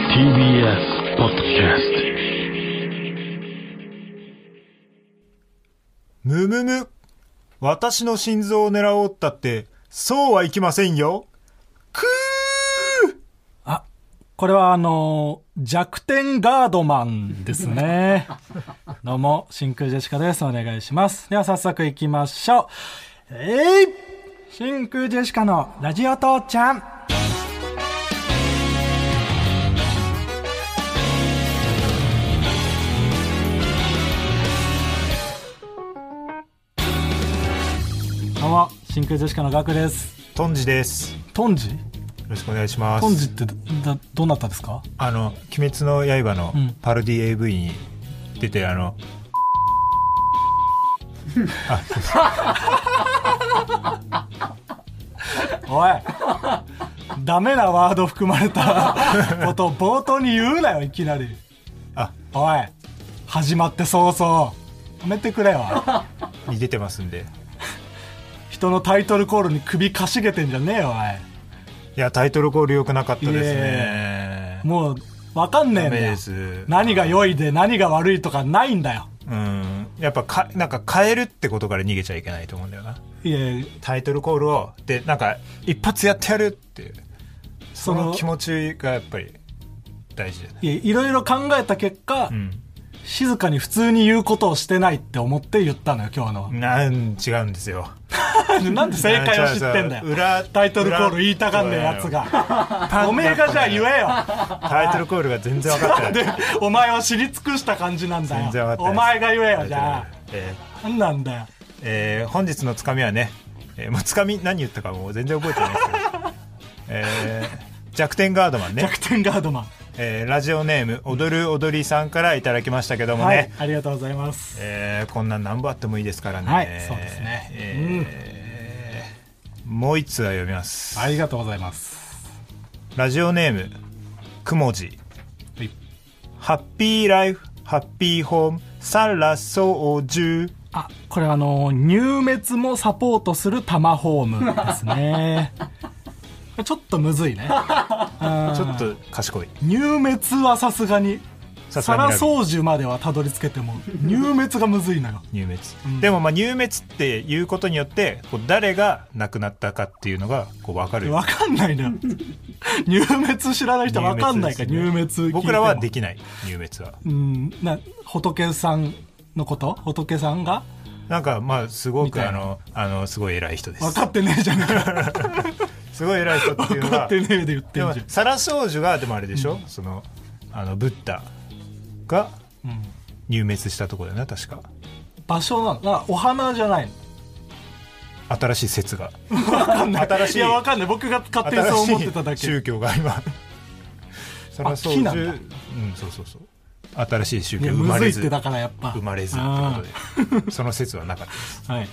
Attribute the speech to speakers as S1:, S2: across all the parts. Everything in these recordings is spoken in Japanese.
S1: TBS ポッドキャス
S2: むむむ私の心臓を狙おうったってそうはいきませんよくー
S3: あ、これはあのー弱点ガードマンですね。どうも、真空ジェシカです。お願いします。では早速行きましょう。えい、真空ジェシカのラジオ父ちゃん。どうも、真空ジェシカのガクです。
S2: トンジですよ
S3: トンジ
S2: ろしくお願いします
S3: トンジってどどどなたですか
S2: あの「鬼滅の刃」の
S3: うん
S2: パロディ AV に出てあの、
S3: おいダメなワード含まれたことを冒頭に言うなよいきなり
S2: あ
S3: おい始まって早々やめてくれよ
S2: に出てますんで
S3: 人のタイトルコールに首かしげてんじゃねえよお
S2: いやタイトルコール良くなかったです
S3: い
S2: ね
S3: いもうわかんね
S2: ダ
S3: えんだ
S2: メ
S3: よ
S2: です
S3: 何が良いで何が悪いとかないんだよ
S2: うんやっぱかなんか変えるってことから逃げちゃいけないと思うんだよない
S3: や
S2: タイトルコールをでなんか一発やってやるっていう
S3: そ
S2: その
S3: の
S2: 気持ちがやっぱり大事じゃない
S3: いやいろいろ考えた結果、静かに普通に言うことをしてないって思って言ったのよ今日のは、
S2: なん違うんですよ
S3: なんで正解を知ってんだよ
S2: 違う違う裏
S3: タイトルコール言いたがんねえやつがおめえがじゃあ言えよ
S2: タイトルコールが全然分かってない
S3: お前を知り尽くした感じなんだ
S2: 全然分かっ
S3: よ
S2: てない
S3: お前が言えよじゃ
S2: えー
S3: あなんなんだよ
S2: えー本日のつかみはね、えーもうつかみ何言ったかもう全然覚えてないですけど、 えー弱点ガードマンね
S3: 逆、転ガードマン
S2: えーラジオネーム踊る踊りさんからいただきましたけどもね、
S3: はいありがとうございます
S2: えーこんなん何本あってもいいですからね
S3: はいそうですね
S2: えーもう一通は読みます、
S3: ありがとうございます
S2: ラジオネームくもじ
S3: はい
S2: ハッピーライフハッピーホームサラソージュ
S3: あこれあの入滅もサポートするタマホームです ねちょっとむずいね
S2: ちょっと賢い
S3: 入滅はさすがに
S2: さすがに
S3: 皿掃除まではたどり着けても入滅がむずいのよ
S2: 入滅、でもまあ入滅っていうことによってこう誰が亡くなったかっていうのがこう分かる
S3: わかんな いのよ入滅知らない人わかんないから入滅聞いても
S2: 僕らはできない入滅は
S3: うんな仏さんのこと仏さんが
S2: なんかまあすご
S3: み
S2: く
S3: たい
S2: あ
S3: な
S2: のあのすごい偉い人です
S3: 分かってねえじゃね えか
S2: すごい偉い人っていうの
S3: 分
S2: が
S3: かってねえで言って
S2: で
S3: ん
S2: も
S3: じゃん
S2: サラ少女がでもあれでしょ、そのあのブッダが
S3: うん
S2: 入滅したとこだよね確か
S3: 場所なのなお花じゃない
S2: 新しい説が
S3: のわかんない
S2: 新しい
S3: やわかんない僕が勝手にそう思ってただ
S2: 新しい宗
S3: け
S2: 教が今サラ少
S3: 木
S2: 女
S3: なんだ
S2: うんそうそうそう新しい宗
S3: い
S2: 教
S3: や
S2: 生ま
S3: むず
S2: れ
S3: い
S2: ず
S3: ってだからやっぱ
S2: 生まれずって
S3: あ
S2: こと でその説はなかったです
S3: ーはい、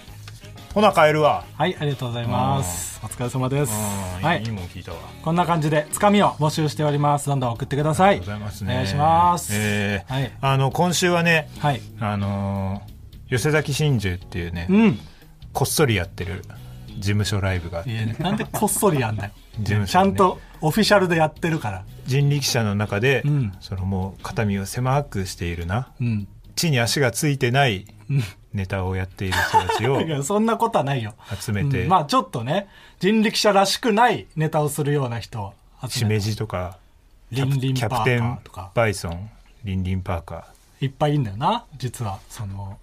S2: ほな帰るわ
S3: はい、ありがとうございますお疲れ様です
S2: うん、、
S3: はい
S2: いもん聞いたわ
S3: こんな感じでつかみを募集しておりますどんどん送ってくださ
S2: あり
S3: い
S2: がとうございますね
S3: お願いします、
S2: えー
S3: はい
S2: あの今週はね
S3: はい
S2: あのー寄せ崎真珠っていうね、
S3: うん
S2: こっそりやってる事務所ライブがあって
S3: いやなんでこっそりやんだよ
S2: 事務所ね
S3: ちゃんとオフィシャルでやってるから
S2: 人力車の中で、
S3: うん
S2: そのもう肩身を狭くしているな
S3: うん
S2: 地に足がついてないネタをやっている人た ちを
S3: だからそんなことはないよ
S2: 集めて、
S3: うんまあちょっとね人力車らしくないネタをするような人を
S2: し
S3: 集め
S2: め
S3: て
S2: じとか
S3: リンリン
S2: キャ
S3: パ
S2: プ
S3: ー
S2: テ
S3: カ
S2: ン
S3: ーとか
S2: バイソンリンリンパーカ
S3: いっぱいいんだよな実はその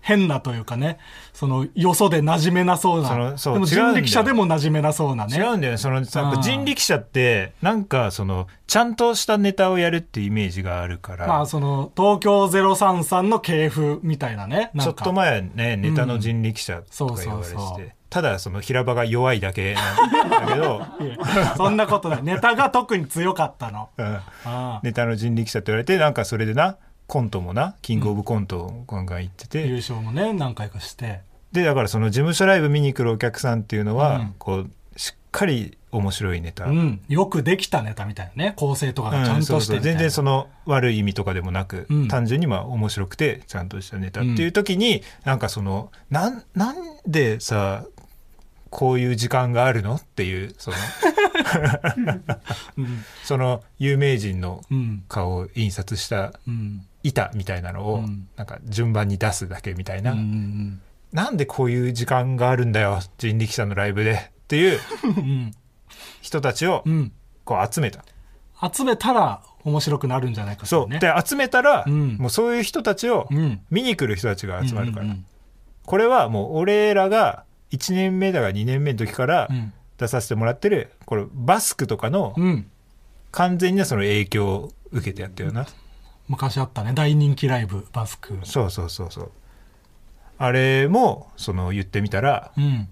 S3: 変なというかねそのよそで馴染めなそう
S2: その
S3: な
S2: そう
S3: でも
S2: 違うんだよ
S3: 人力車でも馴染めなそうな
S2: ー違
S3: ね
S2: うんだよねそのなん
S3: う
S2: か
S3: ん
S2: 人力車ってなんかそのちゃんとしたネタをやるっていうイメージがあるから、
S3: まあその東京033の系譜みたいなねな
S2: ちょ
S3: ん
S2: っ
S3: か
S2: と前はねネタの人力車とか言われてて、
S3: そうそうそう
S2: ただその平場が弱いだけなんだけ ど、
S3: いや そんなことないネタが特に強かった の
S2: うん
S3: ああ
S2: ネタの人力車って言われてなんかそれでなコントもなキングオブコントガンガン行ってて、
S3: 優勝もね何回かして
S2: でだからその事務所ライブ見に来るお客さんっていうのは、
S3: うん
S2: こうしっかり面白いネタ、
S3: うんよくできたネタみたいなね構成とか
S2: う
S3: がちゃんとして
S2: そうそう
S3: みたい
S2: 全
S3: な
S2: 然その悪い意味とかでもなく、
S3: うん
S2: 単純にまあ面白くてちゃんとしたネタっていう時に、なんかそのなんなんでさこういう時間があるのっていうその
S3: うん
S2: その有名人の
S3: うん
S2: 顔を印刷した
S3: うん
S2: 板みたいなの
S3: う
S2: を
S3: ん
S2: なんか順番に出すだけみたい
S3: うんう
S2: な、
S3: ん
S2: なんでこういう時間があるんだよ人力車のライブでっていう
S3: うん
S2: 人たちを
S3: うん
S2: こう集めた、
S3: 集めたら面白くなるんじゃないか
S2: そう、
S3: ね
S2: で集めたら、
S3: うん
S2: もうそういう人たちを
S3: うん
S2: 見に来る人たちが集まるから、
S3: うん
S2: これはもう俺らが1年目だか2年目の時から
S3: うん
S2: 出させてもらってるこれバスクとかの
S3: うんうん
S2: 完全にその影響を受けてやってるな、
S3: 昔あったね大人気ライブバスク
S2: そうそうそうそうあれもその言ってみたら
S3: うん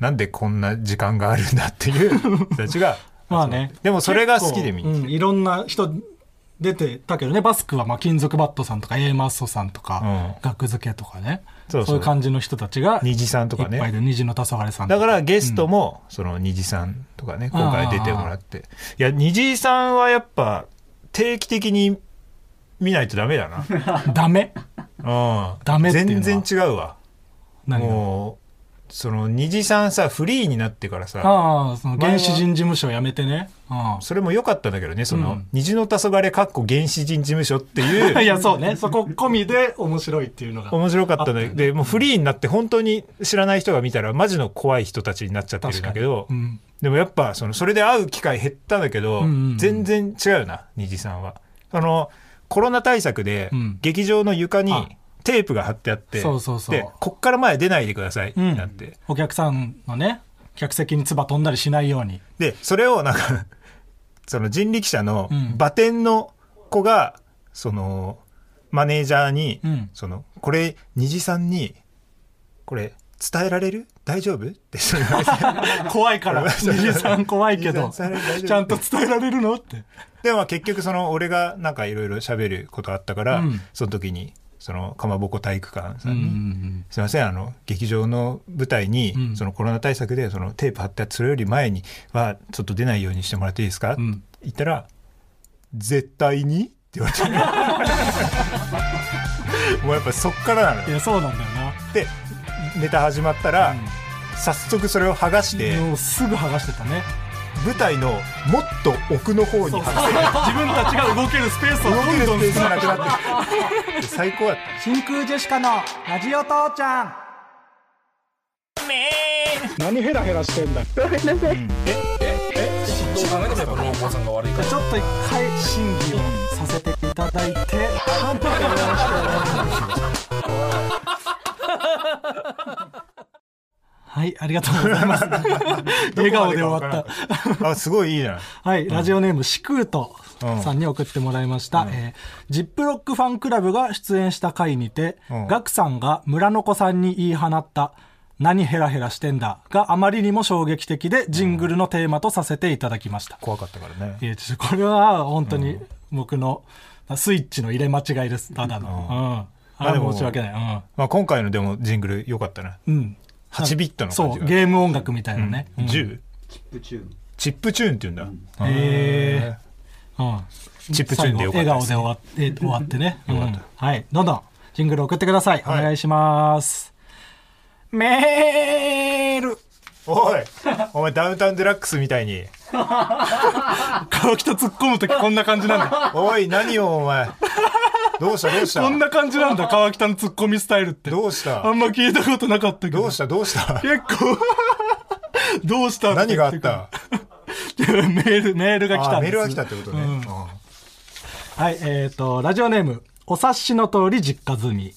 S2: なんでこんな時間があるんだっていう人たちが
S3: まあね
S2: でもそれが好きで見
S3: 結
S2: に
S3: 構
S2: 来
S3: うんいろんな人出てたけどねバスクはまあ金属バットさんとか A マッソさんとか、
S2: うん
S3: 額付けとかね
S2: そうそう
S3: いう感じの人たちがいっ
S2: 虹さんとか
S3: ぱい
S2: ね
S3: で虹の黄昏さんと
S2: だからゲストもその虹さんとかね今回出てもらっていや虹さんはやっぱ定期的に見ないとダメ だな
S3: ダメ
S2: うん
S3: ダメっていうのは
S2: 全然違うわ
S3: 何が
S2: もうその虹さんさフリーになってからさ
S3: ああその原始人事務所を辞めてねう
S2: それも良かったんだけどねその、
S3: うん
S2: 虹の黄昏かっこ原始人事務所ってい
S3: ん いうやそうねそこ込みで面白いっていうのが
S2: 面白かったんだけ
S3: あっ
S2: ど
S3: たね
S2: でもうフリーになって本当に知らない人が見たらマジの怖い人たちになっちゃってるんだけど、
S3: うん
S2: でもやっぱそのそれで会う機会減ったんだけど、
S3: うんうんうん
S2: 全然違うよな虹さんはあのコロナ対策で
S3: うん
S2: 劇場の床に
S3: あ
S2: テープが貼ってあって、
S3: そうそうそう
S2: でこっから前出ないでください、
S3: うん
S2: なんて
S3: お客さんのね客席に唾飛んだりしないように
S2: でそれをなんか その人力車の
S3: うん
S2: 馬天の子がそのマネージャーに、
S3: うん
S2: そのこれ虹さんにこれ伝えられる大丈夫ってその
S3: 怖い から虹さん怖いけど
S2: 虹さん大丈夫
S3: ちゃんと伝えられるのって
S2: でも結局その俺がなんかいろいろ喋ることあったから、
S3: うん
S2: その時にそのかまぼこ体育館さんに、
S3: ん
S2: すいませんあの劇場の舞台に、
S3: うん
S2: そのコロナ対策でそのテープ貼ってあってそれより前にはちょっと出ないようにしてもらっていいですか、
S3: うん
S2: って言ったら「絶対に?」って言われ てもうやっぱそっからなの
S3: い
S2: よ
S3: やそうなんだよ
S2: でネタ始まったら、
S3: な、
S2: 早速それを剥がして
S3: もうすぐ剥がしてたね
S2: 舞台のもっと奥の方に
S3: 自
S2: 剥
S3: 分た
S2: がして
S3: ちが動けるスペースをどんど
S2: 動
S3: ん
S2: けるスペース
S3: 少
S2: が
S3: な
S2: な
S3: く
S2: くな
S3: なっ
S2: っててる 最高だった
S3: 真空ジェシカのラジオ父ちゃん
S4: 何ヘラヘラしてんだ
S3: ちょっと一回審議をさせていただ いて判定をしてもらいましょうはいありがとうございます 笑顔で終わった
S2: たあすごいいいじゃん
S3: はい、ラジオネームシクートさんに送ってもらいました、えージップロックファンクラブが出演した回にて、
S2: うん
S3: ガクさんが村の子さんに言い放った「何ヘラヘラしてんだ」があまりにも衝撃的でジングルのテーマとさせていただきました、
S2: 怖かったからね
S3: いやちょっとこれは本当に僕のスイッチの入れ間違いですただの、うんあ
S2: あで
S3: れ
S2: も
S3: 申し訳ない
S2: まあ今回のでもジングル良かったな
S3: うん、うん、
S2: 8ビットの
S3: そ
S2: 感
S3: う
S2: じが
S3: ゲーム音楽みたいなね、うん
S2: 10チップチューンっていうんだ
S3: へ
S2: へ
S3: うん
S2: ーチップチューンでよかったです
S3: 最後笑顔で終わって終わってね、うんはいどんどんジングル送ってください、
S2: はい
S3: お願いしますメール
S2: おいお前ダウンタウンデラックスみたいに
S3: 川北突っ込む時こんな感じなんだ
S2: おい何よお前どうしたどうし
S3: こん
S2: た
S3: な感じなんだ川北の突っ込みスタイルって
S2: どうした
S3: あんま聞いたことなかったけど
S2: どうしたどうした
S3: 結構 どうした
S2: 何があっ
S3: 言
S2: た
S3: てくるメールメールが来た
S2: あ
S3: んで
S2: メ
S3: す
S2: ールが来たってことね
S3: う
S2: う
S3: ん
S2: ん
S3: はいえっ、とラジオネームお察しの通り実家済
S2: う
S3: み
S2: ん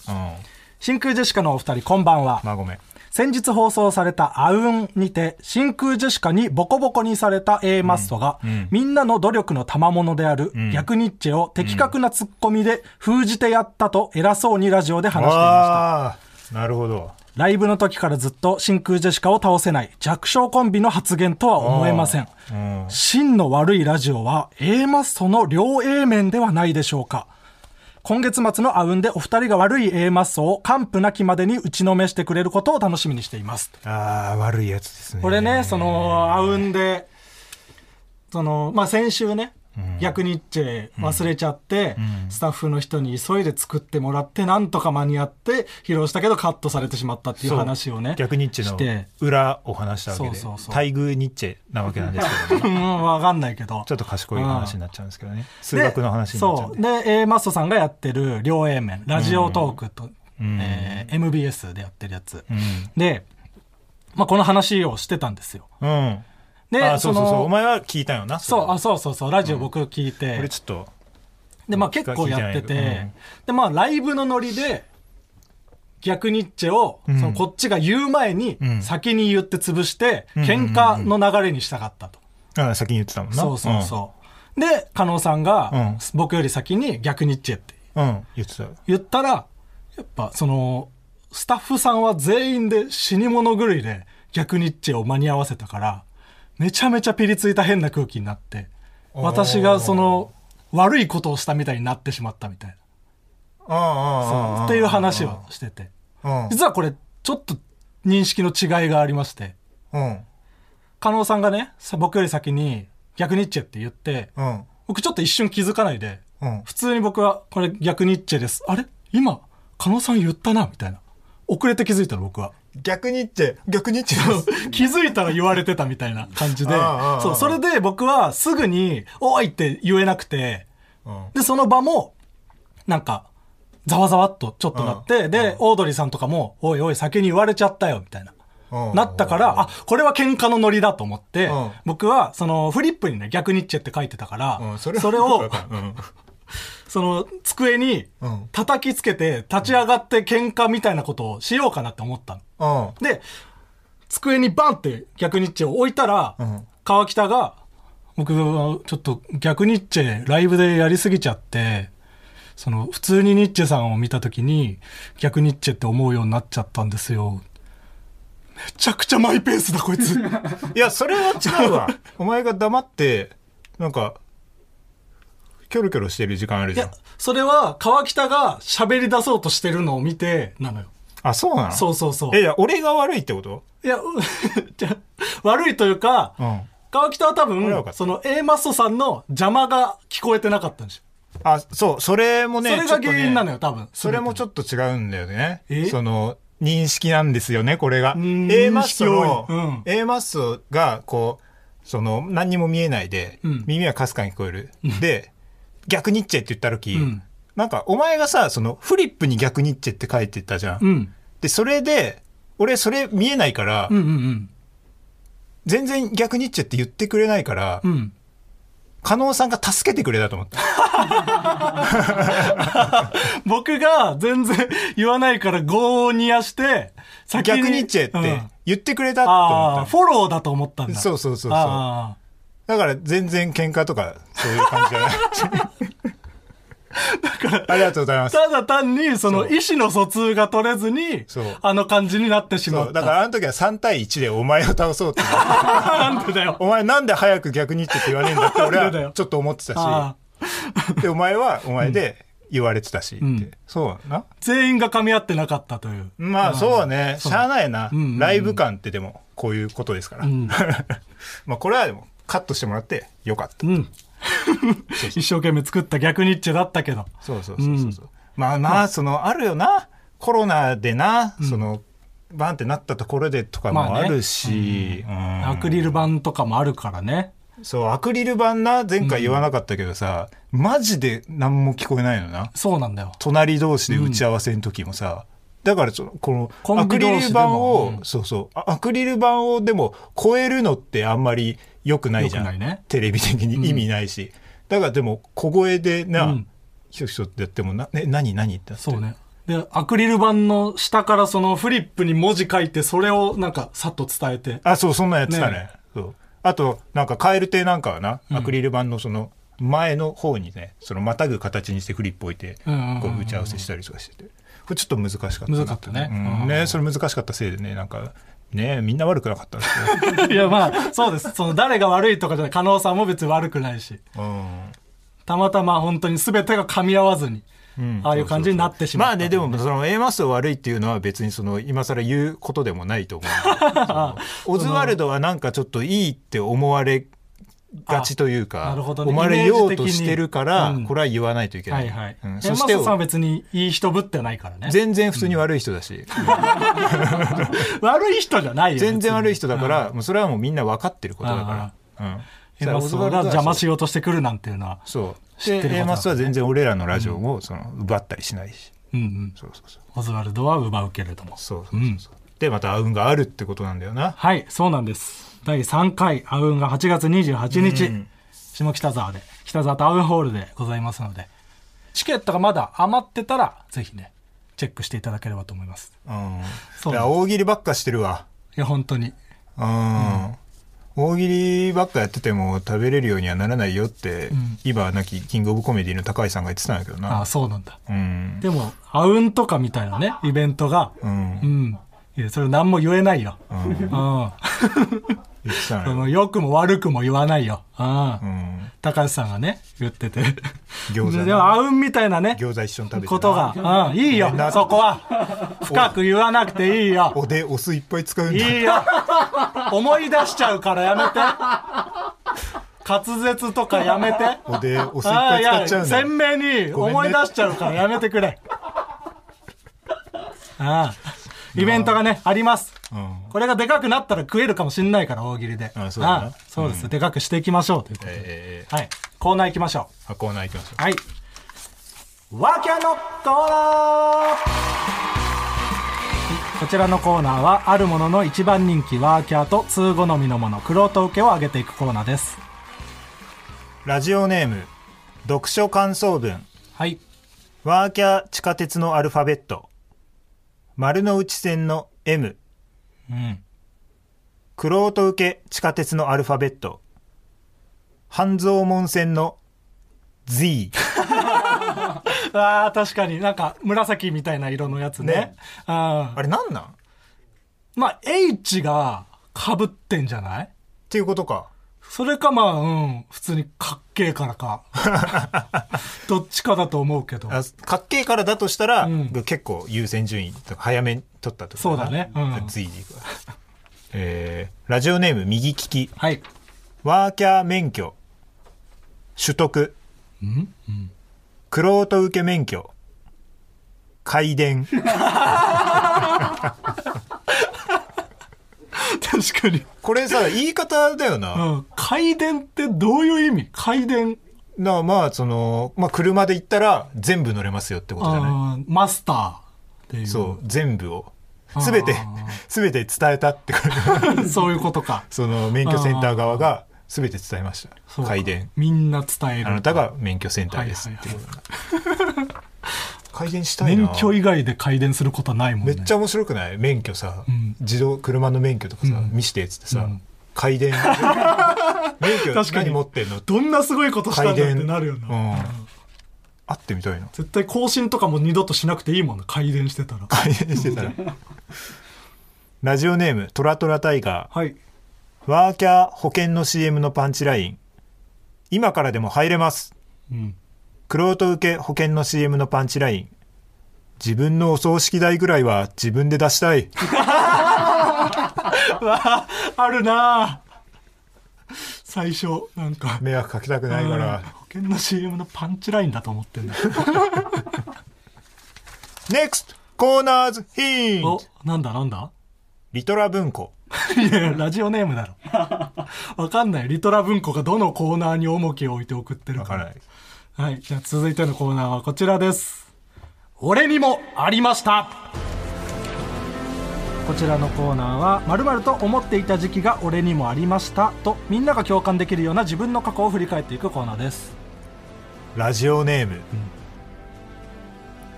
S3: 真空ジェシカのお二人こんばんは
S2: まあごめん
S3: 先日放送されたアウンにて、真空ジェシカにボコボコにされた A マストが、みんなの努力の賜物である逆ニッチェを的確なツッコミで封じてやったと偉そうにラジオで話していま
S2: ああなるほど
S3: した。ライブの時からずっと真空ジェシカを倒せない弱小コンビの発言とは思えません。
S2: うん
S3: 真の悪いラジオは A マストの両 A 面ではないでしょうか今月末のアウンでお二人が悪い A マストを完膚なきまでに打ちのめしてくれることを楽しみにしています。
S2: ああ悪いやつですね
S3: これね、その、あうんで、その、まあ、先週ね、逆ニッチェ忘れちゃって、
S2: うん
S3: スタッフの人に急いで作ってもらってなんとか間に合って披露したけどカットされてしまったっていう
S2: そう
S3: 話をね
S2: 逆ニッチ
S3: して
S2: ェの裏を話したわけで
S3: そうそうそう
S2: 待遇ニッチェなわけなんですけども
S3: うん分かんないけど
S2: ちょっと賢い話になっちゃうんですけどね数学の話になっちゃうん
S3: そう
S2: で
S3: で A マストさんがやってる両 A 面ラジオトークと、
S2: うん
S3: えー MBS でやってるやつ、
S2: うん
S3: で、まあ、この話をしてたんですよ
S2: うん
S3: で
S2: あそうそう
S3: の
S2: そうお前は聞いたよな
S3: そ
S2: れ
S3: うあそうそうそうラジオ僕聞いて、
S2: これちょっと
S3: でまあ結構やってて、
S2: 聞いてないけど
S3: でまあライブのノリで逆ニッチェを、
S2: ん
S3: そのこっちが言う前に
S2: うん
S3: 先に言って潰して、
S2: んうんうん
S3: 喧嘩の流れにしたかったと、
S2: あ先に言ってたもんな
S3: そうそうそう、で加納さんが、
S2: うん
S3: 僕より先に逆ニッチェって
S2: うん、うん言ってた
S3: 言ったらやっぱそのスタッフさんは全員で死に物狂いで逆ニッチェを間に合わせたからめちゃめちゃピリついた変な空気になって私がその悪いことをしたみたいになってしまったみたいな
S2: あ
S3: っていう話をしてて
S2: うん
S3: 実はこれちょっと認識の違いがありまして
S2: うん
S3: 加納さんがねさ僕より先に逆ニッチェって言って
S2: うん
S3: 僕ちょっと一瞬気づかないで
S2: うん
S3: 普通に僕はこれ逆ニッチェですあれ今加納さん言ったなみたいな遅れて気づいたの僕は
S2: 逆ニッチェ逆ニッチェ
S3: 気づいたら言われてたみたいな感じで
S2: ああああ
S3: そうそれで僕はすぐに「おい!」って言えなくて
S2: うん
S3: で、その場も、なんか、ざわざわっとちょっとなって、で、オードリーさんとかも、おいおい、先に言われちゃったよ、みたいな。 なったから、あ、これは喧嘩のノリだと思って
S2: うん、
S3: 僕は、その、フリップにね、逆ニッチェって書いてたから
S2: うん、
S3: そ
S2: そ
S3: れ
S2: れ
S3: を、
S2: うん
S3: その、机に
S2: うん
S3: 叩きつけて、立ち上がって喧嘩みたいなことをしようかなって思ったの。
S2: うん
S3: で、机にバンって逆ニッチェを置いたら、
S2: うん
S3: 川北が、僕はちょっと逆ニッチェライブでやりすぎちゃって、その普通にニッチェさんを見た時に逆ニッチェって思うようになっちゃったんですよ。めちゃくちゃマイペースだこい つ。
S2: いや、それは違う わ。お前が黙って、なんか、キョロキョロしてる時間ある
S3: い
S2: じゃ
S3: や
S2: ん。、
S3: それは川北が喋り出そうとしてるのを見てなのよ。
S2: あ、そうなの
S3: そうそうそう。
S2: え、いや、俺が悪いってこと
S3: いや、 じゃ悪いというか、
S2: うん。
S3: 川北は多
S2: 俺は分か
S3: 分、
S2: った
S3: その A マストさんの邪魔が聞こえてなかったんですよ。
S2: あ、そう、それもね、
S3: それが原因なの
S2: よ。
S3: よ、多分。
S2: それもちょっと違うんだよね
S3: え。
S2: その、認識なんですよね、これが。
S3: ん
S2: A マッソの、
S3: 認識多いうん
S2: A マッソが、こう、その、何にも見えないで、
S3: ん
S2: 耳はかすかに聞こえる。で、逆ニッチェって言った時、
S3: ん
S2: なんか、お前がさ、その、フリップに逆ニッチェって書いてたじゃん。
S3: うん。
S2: で、それで、俺それ見えないから、
S3: うんうん
S2: 全然逆ニッチェって言ってくれないから、
S3: うん。うん。
S2: 加納さんが助けてくれたと思 った。
S3: 僕が全然言わないから強にやして、先
S2: 逆ニッチェっ
S3: うん
S2: て言ってくれたと
S3: あ
S2: 思
S3: あ、
S2: った。
S3: フォローだと思ったんだ。
S2: そうそうそうそう
S3: あ
S2: だから全然喧嘩とかそういう感じじゃない。 ありがとうございま
S3: あ
S2: す。
S3: ただ単に、その
S2: そう
S3: 意思の疎通が取れずに
S2: そう、
S3: あの感じになってしま
S2: そ
S3: っ
S2: う、だ
S3: た。
S2: からあの時は3対1でお前を倒 そうって思って。
S3: なんでだよ。
S2: お前なんで早く逆ニッチェって言わねえんだって俺
S3: なんでだよ
S2: はちょっと思ってた
S3: ああ
S2: し、で、お前はお前で言われてたしって。
S3: ん
S2: そうな。
S3: 全員が噛み合ってなかったという。
S2: まあそうね、しゃあないな、
S3: んうんうん
S2: ライブ感ってでもこういうことですから、
S3: ん
S2: まあこれはでもカットしてもらってよかった、
S3: うん。 一生懸命作った逆ニッチェだったけど。
S2: そうそうそうそうそうまあまあそのあるよなコロナでな、そのバンってなったところでとか
S3: まあ
S2: も
S3: ね
S2: あるし、うん
S3: アクリル板とかもあるからね。
S2: そうアクリル板な前回言わなかったけどさ、マジで何も聞こえないのな
S3: そうなんだよ。
S2: 隣同士で打ち合わせの時もさ、だからそのこ
S3: コ
S2: のア
S3: ンビ
S2: クリ
S3: 同
S2: ル
S3: 士でも
S2: 板を、
S3: うん
S2: そうそうあアクリル板をでも超えるのってあんまり良くないじゃ
S3: 良く
S2: ん、
S3: ないね
S2: テレビ的に意味ないし、だからでも小声でな、
S3: うん
S2: ひょひょってやってもな、ね、何何ってなって
S3: そうね。で、アクリル板の下からそのフリップに文字書いて、それをなんかさっと伝 えて。
S2: あそうそんなんやってたね
S3: ね
S2: そうあとなんか蛙亭なんかはなアクリル板のその前の方にねそのまたぐ形にしてフリップ置いて、
S3: うんうんうんうん
S2: こう打ち合わせしたりとかしててこれちょっと難しかったな
S3: 難かったね
S2: うん
S3: うん
S2: ねそれ難しかったせいでねなんかねみんな悪くなかったんですけ
S3: いや、まあ、そうです。その誰が悪いとかじゃない。加納さんも別に悪くないし。
S2: ど、うん
S3: たまたま本当に全てが噛み合わずに、ああいう感じになってしま
S2: ま
S3: った。
S2: あねでもその A マスを悪いっていうのは別にその今更言う ことでもないと思うそのオズワルドはなんかちょっといいって思われがちという
S3: あ
S2: か
S3: なるほどね
S2: 思われようとしてるから、
S3: イメージ的にうん
S2: これは言わないといけな、
S3: はいいはい。
S2: うん
S3: え
S2: そして
S3: マサさんは別にいい人ぶってないからね。
S2: 全然普通に悪い人だし、
S3: 悪い人じゃないよ ね。
S2: 全然悪い人だか
S3: うん。
S2: ら、もうそれはもうみんな分かってることだから、うん、
S3: エマスが邪魔しようとしてくるなんていうのは。
S2: そう
S3: 知ってることだ
S2: で A マスは全然俺らのラジオをその奪ったりしないし、
S3: うんうん。
S2: そうそうそう
S3: オズワルドは奪うけれども。
S2: そうそうそうそうでまたアウンがあるってことなんだよな
S3: はい、そうなんです。第3回、アウンが8月28日、
S2: うん
S3: 下北沢で、北沢タウンホールでございますので、チケットがまだ余ってたら、ぜひね、チェックしていただければと思います。
S2: うん
S3: そう
S2: いや大喜利ばっかしてるわ
S3: いや、本当に。
S2: うん、大喜利ばっかやってても食べれるようにはならないよって、今なきキングオブコメディの高橋さんが言ってたんだけど
S3: あ
S2: な
S3: あ、そうなんだ。
S2: うん
S3: でも、アウンとかみたいなね、イベントが、
S2: うん
S3: うん。いや、それ何も言えないよ。
S2: う
S3: うんん。そ
S2: 言ってたのよ、
S3: の、良くも悪くも言わないよ。うん
S2: う。ん、
S3: 高橋さんがね、言ってて。
S2: 餃子
S3: でも、アウンみたいなね、
S2: 餃子一緒に食べてな
S3: ことが、うん、いいよ
S2: な、
S3: そこは。深く言わなくていいよ。
S2: おでお酢いっぱい使うん
S3: い
S2: だ
S3: いよ。思い出しちゃうからやめて。滑舌とかやめて。
S2: おでお酢いっ
S3: あ
S2: ぱ
S3: あ、
S2: い
S3: い
S2: 使っ
S3: や、
S2: ちゃうんだ
S3: 鮮明に思い出しちゃうからやめてくれ。ああ、イベントがね、あります。
S2: うん
S3: これがでかくなったら食えるかもしんないから、大喜利で。
S2: あそうだな
S3: そうです。でかくしていきましょうということで。
S2: え
S3: はい。コーナー行きましょう。
S2: ー、あコーナー行きましょ
S3: はい。ワキャのコーナーこちらのコーナーは、あるものの一番人気ワーキャーと通好みのもの、クロート受けを上げていくコーナーです。
S2: うラジオネーム読書感想文
S3: はい。
S2: ワーキャー地下鉄のアルファベット丸の内線の M
S3: うん。
S2: クロート受け地下鉄のアルファベット半蔵門線の Z
S3: ああ、確かになんか紫みたいな色のやつね。
S2: ね
S3: あ
S2: あれなんなんっ
S3: まあ、H が被ってんじゃない
S2: ていうことか
S3: それかまあ、うん、普通にかっけえから か。どっちかだと思うけど。
S2: あかっけえからだとしたら、
S3: うん
S2: 結構優先順位とか早めに取ったってこと
S3: そうだねうん
S2: Z でいくわえーラジオネーム右利き
S3: はい。
S2: ワーキャー免許取得クロート受け免許開電
S3: 確かに。
S2: これ さ言い方だよな、
S3: うん。回電ってどういう意味回電。
S2: なまあその、まあ、車で行ったら全部乗れますよってことじゃない
S3: あーマスターっていう。
S2: そう全部を全て全て伝えたって これ
S3: そういうことか。
S2: その免許センター側が全て伝えまし
S3: そ
S2: た
S3: うか
S2: 開電
S3: みんな伝える。
S2: あなたが免許センターですってことだ、 開電したいな
S3: 免許以外で回電することはないもん
S2: め
S3: ね。
S2: っちゃ面白くない免許さ、
S3: ん
S2: 自動車の免許とかさ、
S3: うん
S2: 見してっつってさ、
S3: うん
S2: 開 電免許
S3: 確かに
S2: 何持ってんの
S3: どんなすごいことしたんだ
S2: 開
S3: って
S2: 電
S3: なるよな。
S2: うん、会ってみたいな
S3: 絶対更新とかも二度としなくていいもんな。回電してたら。
S2: 開電してたらラジオネームトラトラタイガ
S3: はい。
S2: ーワーキャー保険の CM のパンチライン今からでも入れます
S3: うん。
S2: クロート受け保険の CM のパンチライン自分のお葬式代ぐらいは自分で出したい
S3: わあ、あるなあ最初、なんか。
S2: 迷惑かけたくないか
S3: うん
S2: ら
S3: 保険の CM のパンチラインだと思ってんだ。
S2: NEXT コーナーズヒン
S3: お
S2: ト、
S3: なんだなんだ
S2: リトラ文庫
S3: いや、ラジオネームだろ。わかんない。リトラ文庫がどのコーナーに重きを置いて送ってる
S2: わ
S3: か。
S2: かららない
S3: はい。じゃあ続いてのコーナーはこちらです。俺にもありましたこちらのコーナーは、〇〇と思っていた時期が俺にもありましたと、みんなが共感できるような自分の過去を振り返っていくコーナーです。
S2: ラジオネーム、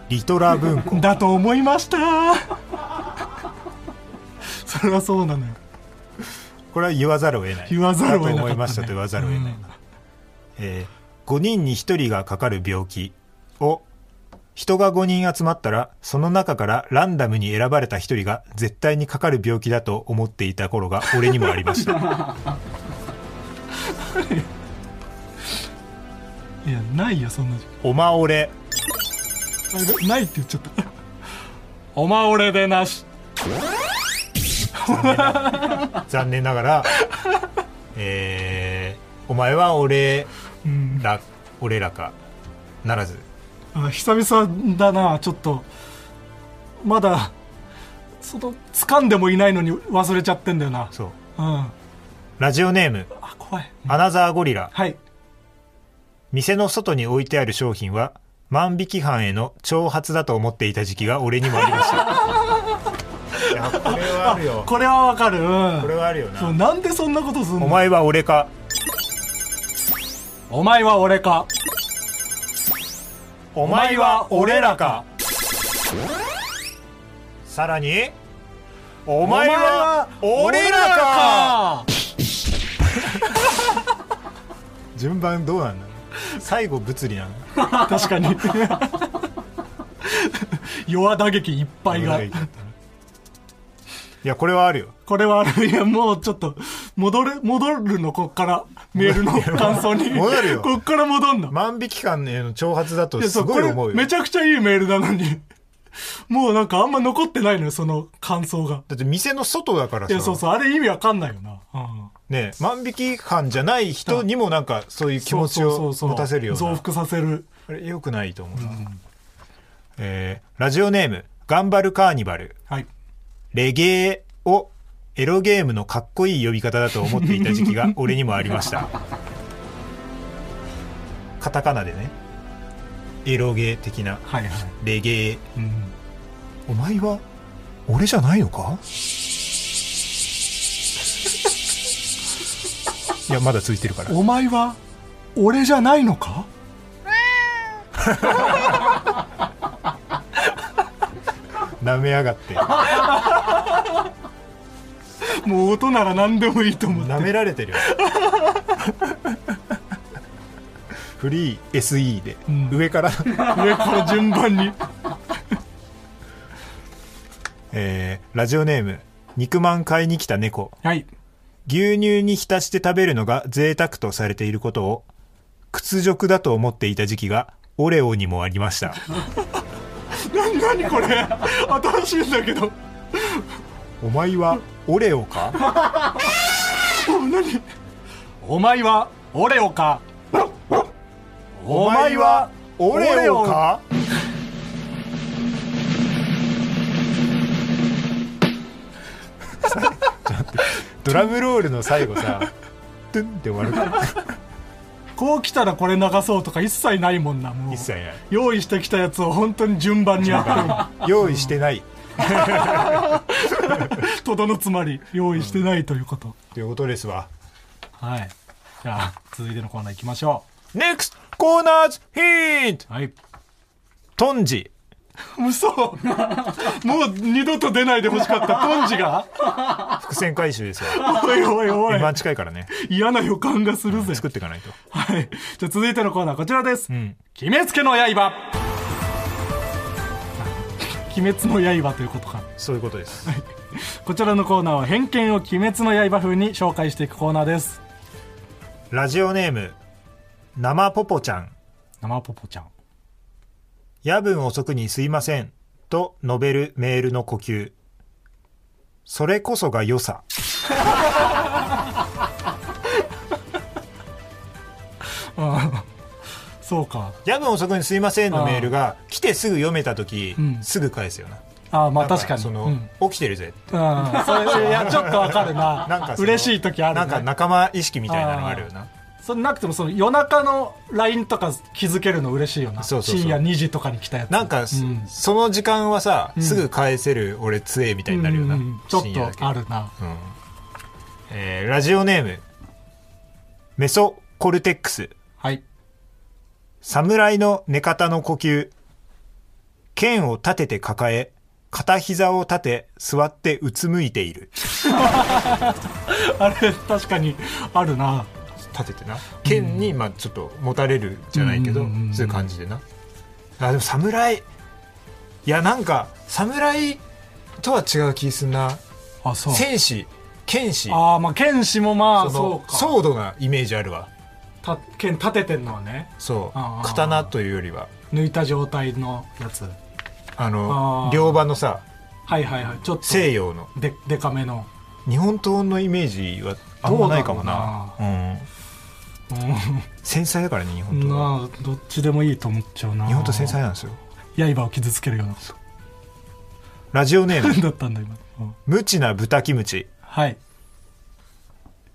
S2: リトラ文庫
S3: だと思いま したそれはそうなのよ。
S2: これは言わざるを得ない
S3: 言わざるを得なかったね
S2: だと思いましたと言わざるを得ない、
S3: うん
S2: えー、5人に1人がかかる病気を人が5人集まったらその中からランダムに選ばれた1人が絶対にかかる病気だと思っていた頃が俺にもありました
S3: いや、ないよ、そんな時期
S2: おまおれ
S3: あれないって言っちゃった。おまおれでなし。
S2: 残念ながらえーお前は俺
S3: うん、
S2: ら俺らかならず
S3: あ久々だなちょっとまだその掴んでもいないのに忘れちゃってんだよな
S2: そう
S3: うんあ
S2: ラジオネーム
S3: 怖い
S2: アナザーゴリラ
S3: はい
S2: 店の外に置いてある商品は万引き犯への挑発だと思っていた時期が俺にもありました いやこれはあるよ
S3: これはわかるうん
S2: これはあるよ
S3: そう
S2: な
S3: なんでそんなことすんの
S2: お前は俺か
S3: お前は俺か
S2: お
S3: お前は俺らか
S2: さらにお前は俺らか順番どうなんだろう最後物理なの
S3: 確かに 弱打撃いっぱいが
S2: いやこれはあるよ
S3: これはあるいやもうちょっと戻る戻るのこっからメールの感想に
S2: 戻るよ
S3: こっから戻んの
S2: 万引き犯への挑発だと
S3: いや
S2: す
S3: そうこ
S2: ごい
S3: れ
S2: 思うよ
S3: めちゃくちゃいいメールなのに もうなんかあんま残ってないのよその感想が
S2: だって店の外だから
S3: い
S2: さ
S3: やそうそうあれ意味わかんないよな、うん、
S2: ねえ万引き犯じゃない人にもなんかそういう気持ちを
S3: そうそうそう
S2: 持たせるよう
S3: 増
S2: な
S3: 幅させる
S2: あれよくないと思うな、えーラジオネーム「頑張るカーニバル
S3: はい」
S2: レゲエをエロゲームのかっこいい呼び方だと思っていた時期 が俺にもありましたカタカナでねエロゲー的な
S3: はいはい、
S2: レゲエ
S3: うん、
S2: お前は俺じゃないの かいやまだ続いてるから
S3: お前は俺じゃないのか
S2: 舐めやがって
S3: もう音なら何でもいいと思って
S2: 舐められてるよフリー SE で、
S3: ん
S2: 上から、
S3: 上から順番に
S2: えーラジオネーム肉まん買いに来た猫
S3: はい
S2: 牛乳に浸して食べるのが贅沢とされていることを屈辱だと思っていた時期がオレオにもありました
S3: 何何これ新しいんだけど
S2: お前はオレオか
S3: お前はオレオかお前は
S2: オ
S3: レ オか
S2: ドラムロールの最後さドゥンって終わる
S3: こう来たらこれ流そうとか一切ないもんなもう
S2: 一切ない
S3: 用意してきたやつを本当に順番にやって
S2: 用意してない
S3: るとどのつまり用意してないということ、
S2: ということですわ
S3: はいじゃあ続いてのコーナー行きましょ
S2: NEXT コーナーズヒント
S3: うはい
S2: トンジ
S3: 嘘もう二度と出ないでほしかったトンジが
S2: 伏線回収ですわ
S3: おいおいおい
S2: 今近いからね
S3: 嫌な予感がするぜ
S2: 作っていかないと
S3: はいじゃあ続いてのコーナーこちらです、
S2: うん
S3: 鬼滅の刃鬼滅の刃ということか
S2: そういうことです
S3: こちらのコーナーは偏見を鬼滅の刃風に紹介していくコーナーです
S2: ラジオネーム生ポポちゃん
S3: 生ポポちゃん
S2: 夜分遅くにすいませんと述べるメールの呼吸それこそが良さ
S3: そうか
S2: 夜分遅くにすいませんのメールが来てすぐ読めた時、
S3: うん
S2: すぐ返すよな
S3: あーまあ
S2: なん
S3: 確かに
S2: その、
S3: うん、
S2: 起きてるぜ
S3: うんそれいやちょっとわかるな
S2: なんかその
S3: 嬉しい時ある、ね、
S2: なんか仲間意識みたいなのあるよな
S3: それなくてもその夜中の LINE とか気づけるの嬉しいよな
S2: そうそうそう
S3: 深夜2時とかに来たやつ
S2: なんかす、
S3: うん
S2: その時間はさ、すぐ返せる俺杖みたいになるよな、
S3: うんうんうんちょっ
S2: 深夜だけ
S3: とあるな
S2: うんえーラジオネームメソコルテックス
S3: はい
S2: 侍の寝方の呼吸剣を立てて抱え片膝を立て座ってうつむいている
S3: あれ確かにあるな
S2: 立ててな剣に、まあ、ちょっと持たれるじゃないけど、
S3: うんうんうんうん
S2: そういう感じでなあでも侍いやなんか侍とは違う気すんな
S3: あそう
S2: 戦士剣士
S3: ああまあ剣士もまあ
S2: その
S3: そうか
S2: ソードなイメージあるわ
S3: た剣立ててんのはね
S2: そう
S3: あー
S2: 刀というよりは
S3: 抜いた状態のやつ
S2: あの
S3: あー
S2: 両刃のさ
S3: はいはいはいちょっと
S2: 西洋の
S3: ででかめの
S2: 日本刀のイメージはあんまないかもなうん繊細だからね日本とは
S3: なあどっちでもいいと思っちゃうな
S2: 日本と繊細なんですよ
S3: 刃を傷つけるような
S2: ラジオネーム
S3: だったんだ今、うん
S2: 無知な豚キムチ
S3: はい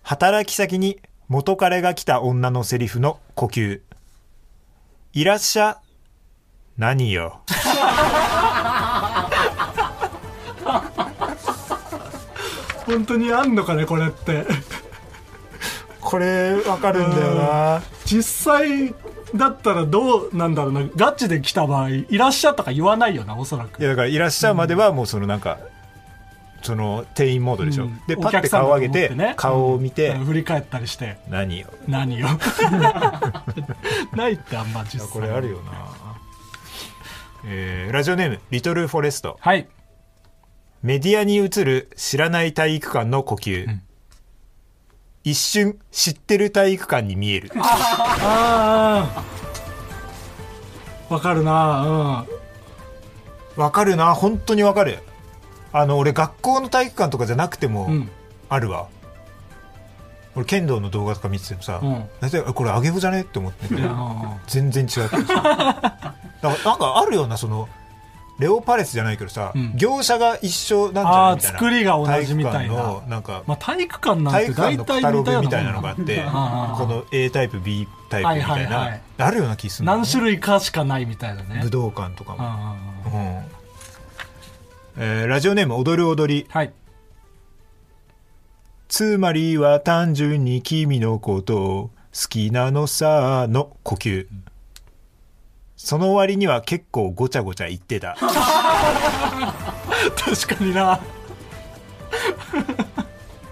S2: 働き先に元彼が来た女のセリフの呼吸いらっしゃ何よ
S3: 本当にあんのかねこれって
S2: これわかるんだよな
S3: 実際だったらどうなんだろうなガチで来た場合いらっしゃとか言わないよなおそら
S2: い
S3: く
S2: やだからいらっしゃまではもうそのなんかその店員モードでしょ、
S3: うん
S2: で
S3: お
S2: パッ
S3: 客
S2: て
S3: さん
S2: 顔
S3: だ
S2: を
S3: と思
S2: 上げて
S3: ってね
S2: 顔を見て
S3: うん振り返ったりして
S2: 何よ
S3: 何よ ないってあんま実際
S2: これあるよな、 えーラジオネームリトルフォレスト
S3: はい
S2: メディアに映る知らない体育館の呼吸、一瞬知ってる体育館に見える
S3: ああわかるなうん
S2: わかるな本当にわかるあの俺学校の体育館とかじゃなくても
S3: うん
S2: あるわ、俺剣道の動画とか見ててもさ、
S3: うん
S2: 大体あこれアゲホじゃねって思ってて
S3: いやうん
S2: 全然違うだか らなんかあるようなそのレオパレスじゃないけどさ、
S3: ん
S2: 業者が一緒なんじゃな
S3: あ
S2: い
S3: あ
S2: みたいな
S3: 作りが同じみたい
S2: 体育館
S3: な
S2: のなんか、
S3: まあ体育館なん
S2: 体
S3: て
S2: 育館
S3: 大
S2: のカ
S3: 体
S2: タロ
S3: 似た
S2: グ
S3: よう
S2: みたいな
S3: な
S2: のが
S3: もん
S2: あっ
S3: んだ
S2: て
S3: ああ
S2: この A タイプ B タイプみたいな、
S3: はいはいはい
S2: あるような気するんだよね
S3: 何種類かしかないみたいなね
S2: 武道館とか
S3: うんう
S2: も、
S3: んうん
S2: うんえーラジオネーム「踊る踊り
S3: はい」
S2: つまりは単純に君のことを好きなのさの呼吸その割には結構ごちゃごちゃ言ってた
S3: 確かにな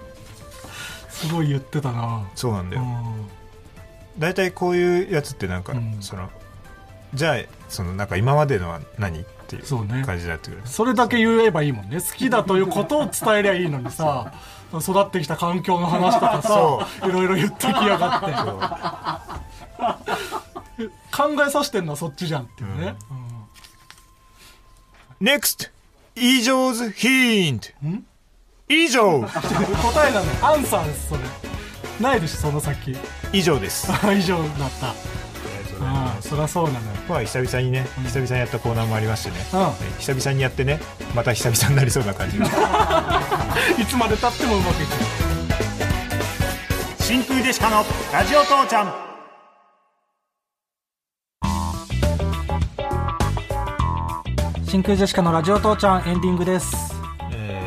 S3: すごい言ってたな
S2: そうなんだ
S3: う
S2: よ、
S3: ん
S2: 大体こういうやつってなんか、
S3: うん
S2: そのじゃあそのなんか今までのは何っていう
S3: そうね
S2: 感じになってくる、
S3: それだけ言えばいいもんね好きだということを伝えりゃいいのにさ育ってきた環境の話とかさいろいろ言ってきやがって考えさせてんのはそっちじゃんっていうね、
S2: NEXT 以上ズヒント
S3: ん
S2: 以上
S3: 答えなのよアンサーですそれないでしょその先
S2: 以上ですあ
S3: 以上だっ
S2: り
S3: た
S2: がとうございます
S3: うんそりゃそうなのよ
S2: まあ久々にね、久々にやったコーナーもありましてね、
S3: う
S2: え久々にやってねまた久々になりそうな感じ
S3: いつまでたってもうまくいく
S2: 真空ジェシカのラジオ父ちゃん
S3: 真空ジェシカのラジオ父ちゃんエンディングです
S2: え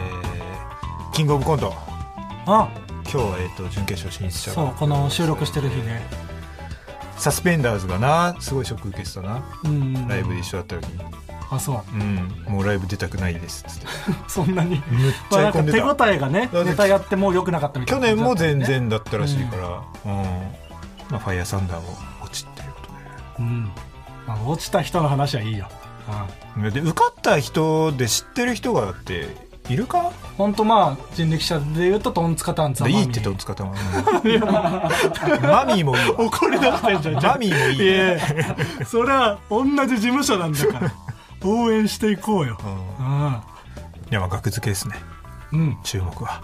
S2: ーキングオブコント
S3: あ
S2: 今日はえっ、と準決勝進出者
S3: そう
S2: が
S3: この収録してる日ね
S2: サスペンダーズがなすごいショック受けてたな
S3: うん
S2: ライブで一緒だった時に
S3: あそう
S2: うんもうライブ出たくないですっ つって
S3: そんなに
S2: めっち
S3: ま
S2: ゃ
S3: あ
S2: へこんで
S3: 手応
S2: た
S3: えがね
S2: だって
S3: ネタやってもう良くなかったみた
S2: 去
S3: いな
S2: 年も
S3: 感じだった
S2: 全
S3: ね
S2: 然だったらしいから、うんまあ、ファイヤーサンダーも落ちっていうことで
S3: うんまあ、落ちた人の話はいいよ、うん、
S2: いやで受かった人で知ってる人がだっているか
S3: ほんとまあ人力車で言うとトンツカタンツ
S2: で
S3: ァ
S2: い
S3: マミ
S2: いってどっちかたまマミーもいいわ
S3: 怒り出してんじゃん
S2: マミーもいい
S3: いやいや そりゃ同じ事務所なんだから応援していこうよう
S2: いやまあ額付けですね
S3: ん、うん、
S2: 注目は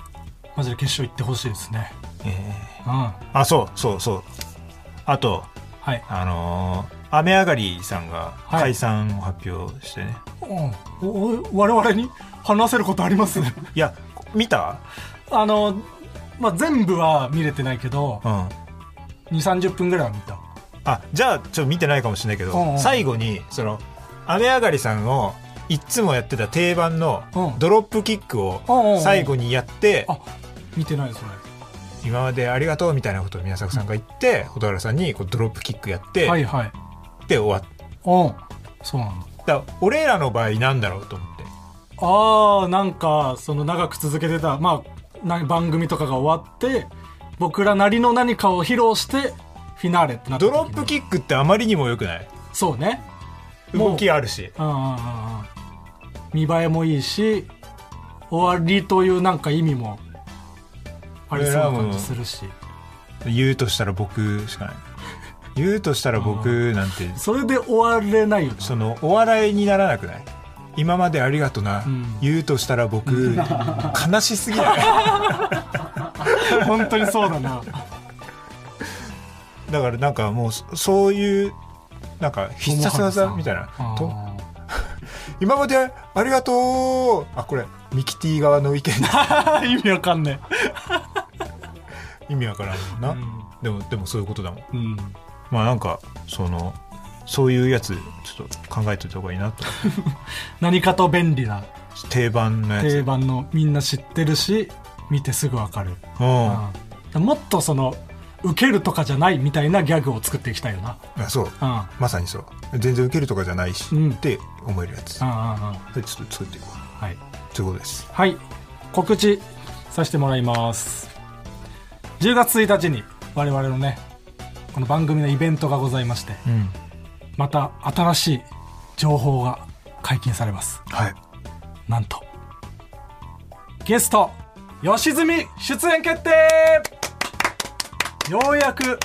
S3: マジで決勝行ってほしいですね
S2: え
S3: うんは
S2: ーあそうそうそうあと
S3: い
S2: あのー雨上がりさんが
S3: はい
S2: 解散を発表してね、
S3: おお我々に話せることあります
S2: い、や見た
S3: あの、まあ、全部は見れてないけど
S2: うん
S3: 2三3 0分ぐらいは見た
S2: あじゃあちょっと見てないかもしれないけど、
S3: うんうん
S2: 最後にその雨上がりさんをいっつもやってた定番の
S3: うん
S2: ドロップキックを
S3: うんうんうん
S2: 最後にやって、
S3: あ見てないそれ
S2: 今までありがとうみたいなことを宮迫さんが言って蛍原さんにこうドロップキックやって、
S3: はいはい
S2: で終わっ
S3: うんそうなの
S2: た俺らの場合なんだろうと思って
S3: ああなんかその長く続けてた、まあ、な番組とかが終わって僕らなりの何かを披露してフィナーレってなった
S2: ド
S3: 時に
S2: ロップキックってあまりにも良くない
S3: そうねもう
S2: 動きあるし
S3: うんうんうんうん見栄えもいいし終わりというなんか意味もありそうな感じするし
S2: 言うとしたら僕しかない言うとしたら僕なんて
S3: それで終われないよね
S2: そのお笑いにならなくない今までありがとな、
S3: ん
S2: 言うとしたら 僕悲しすぎない
S3: 本当にそうだな
S2: だからなんかもうそそういうなんか必殺技みたいなと
S3: あ
S2: 今までありがとうあこれミキティ側 の意見 だ
S3: ー意味わかんね
S2: 意味わからんもんな、
S3: え、うん
S2: でもでもそういうことだもん
S3: うん、
S2: まあなんかそのそういうやつちょっと考えといた方がいいな と
S3: 何かと便利な
S2: 定番のやつ
S3: 定番のみんな知ってるし見てすぐわかる、
S2: うんあ
S3: うんもっとそのウケるとかじゃないみたいなギャグを作っていきたいよな
S2: そう
S3: うんうん
S2: まさにそう全然ウケるとかじゃないし、
S3: うん
S2: って思えるやつ、
S3: うんうん
S2: はいちょっと作っていこう
S3: はい
S2: ということです
S3: はい告知させてもらいます10月1日に我々のねこの番組のイベントがございまして
S2: うん
S3: また新しい情報が解禁されます
S2: はい
S3: なんとゲスト吉住出演決定ようやく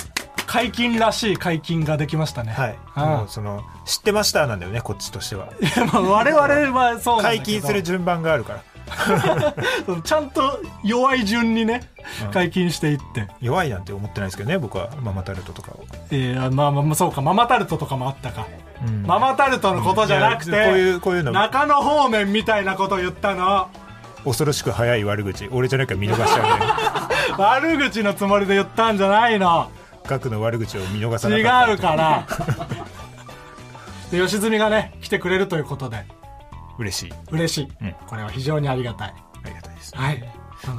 S3: 解禁らしい解禁ができましたね
S2: はい、
S3: うん
S2: もうその知ってましたなんだよねこっちと しては
S3: でも我々はそうなんだけ
S2: 解
S3: ど
S2: 禁する順番があるから
S3: ちゃんと弱い順にね解禁していって、
S2: 弱いなんて思ってないですけどね僕はママタルトとかを、
S3: えーまあまあまあそうかママタルトとかもあったか、
S2: うん
S3: ママタルトのことじゃなくて、
S2: いやこういうこういうの
S3: 中野方面みたいなこと言ったの
S2: 恐ろしく早い悪口俺じゃなきゃ見逃しちゃ うね
S3: 悪口のつもりで言ったんじゃないの
S2: 額の悪口を見逃さな
S3: 違う
S2: かった
S3: からで吉住がね来てくれるということで
S2: 嬉しい
S3: 嬉しい、
S2: うん
S3: これは非常にありがたい
S2: ありがたいです
S3: はい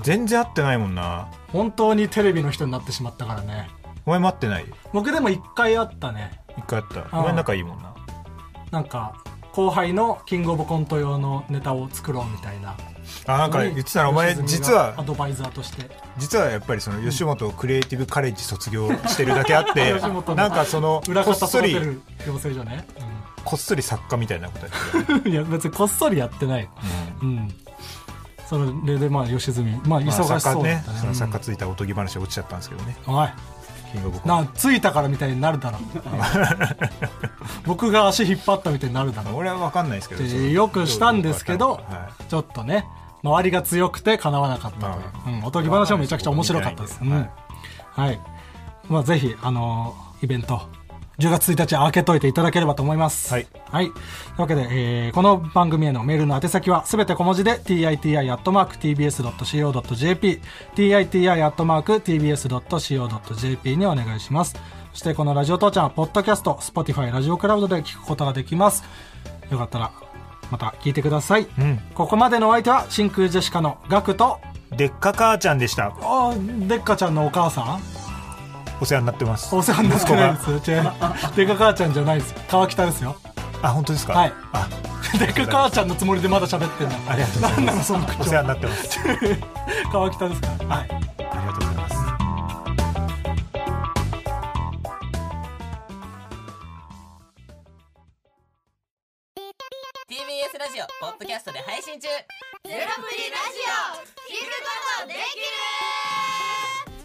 S2: 全然会ってないもんな
S3: 本当にテレビの人になってしまったからね
S2: お前待ってない
S3: 僕でも一回あったね
S2: 一回会った
S3: あ
S2: お前仲いいもんな
S3: なんか後輩のキングオブコント用のネタを作ろうみたいな
S2: あなんか言ってたらお前
S3: 吉住が
S2: 実は
S3: アドバイザーとして
S2: 実はやっぱりその吉本クリエイティブカレッジ卒業してるだけあって
S3: 吉本の
S2: なんかその
S3: 裏
S2: こ
S3: 方
S2: っそ
S3: 育て
S2: り
S3: る養成所ね、
S2: こっそり作家みたいなことやってるよね
S3: うんいや別にこっそりやってないうんそれでまあ吉住まあ忙
S2: ま
S3: し
S2: あ
S3: そうだった
S2: 作家ね
S3: ね
S2: その作家ついたおとぎ話で落ちちゃったんですけどね
S3: うんおい
S2: キングオブコン
S3: なついたからみたいになるだろ僕が足引っ張ったみたいになるだ
S2: ト
S3: ろ
S2: 俺は分かんないですけど
S3: で
S2: その
S3: よくしたんですけど、
S2: は
S3: ちょっとね周りが強くてかなわなかったという、
S2: まあ
S3: うん、おとぎ話はめちゃくちゃ面白かったです、
S2: まあ
S3: うんはいまあ、ぜひ、あのーイベント10月1日開けといていただければと思います
S2: はい、
S3: はい、というわけで、えーこの番組へのメールの宛先はすべて小文字で titi.tbs.co.jp titi.tbs.co.jp にお願いしますそしてこのラジオ父ちゃんはポッドキャスト Spotify ラジオクラウドで聞くことができますよかったらまた聞いてください、
S2: ん
S3: ここまでのお相手は真空ジェシカのガクと
S2: いでっか母ちゃんでした
S3: あーでっかちゃんのお母さん
S2: お世話になってます
S3: お世話になってないですよ。違いますでか母ちゃんじゃないです。川北ですよ。
S2: あ本当ですか
S3: はい
S2: あ
S3: でか母ちゃんのつもりでまだ喋ってんの。
S2: ありがとうございます
S3: なんなのその
S2: お
S3: 口
S2: 世
S3: 調
S2: 話。になってます
S3: 川北ですから。はい。
S2: ありがとうございます
S5: ー TBS ラジオポッドキャストで配信中
S6: ゼロプリラジオ聞くことでき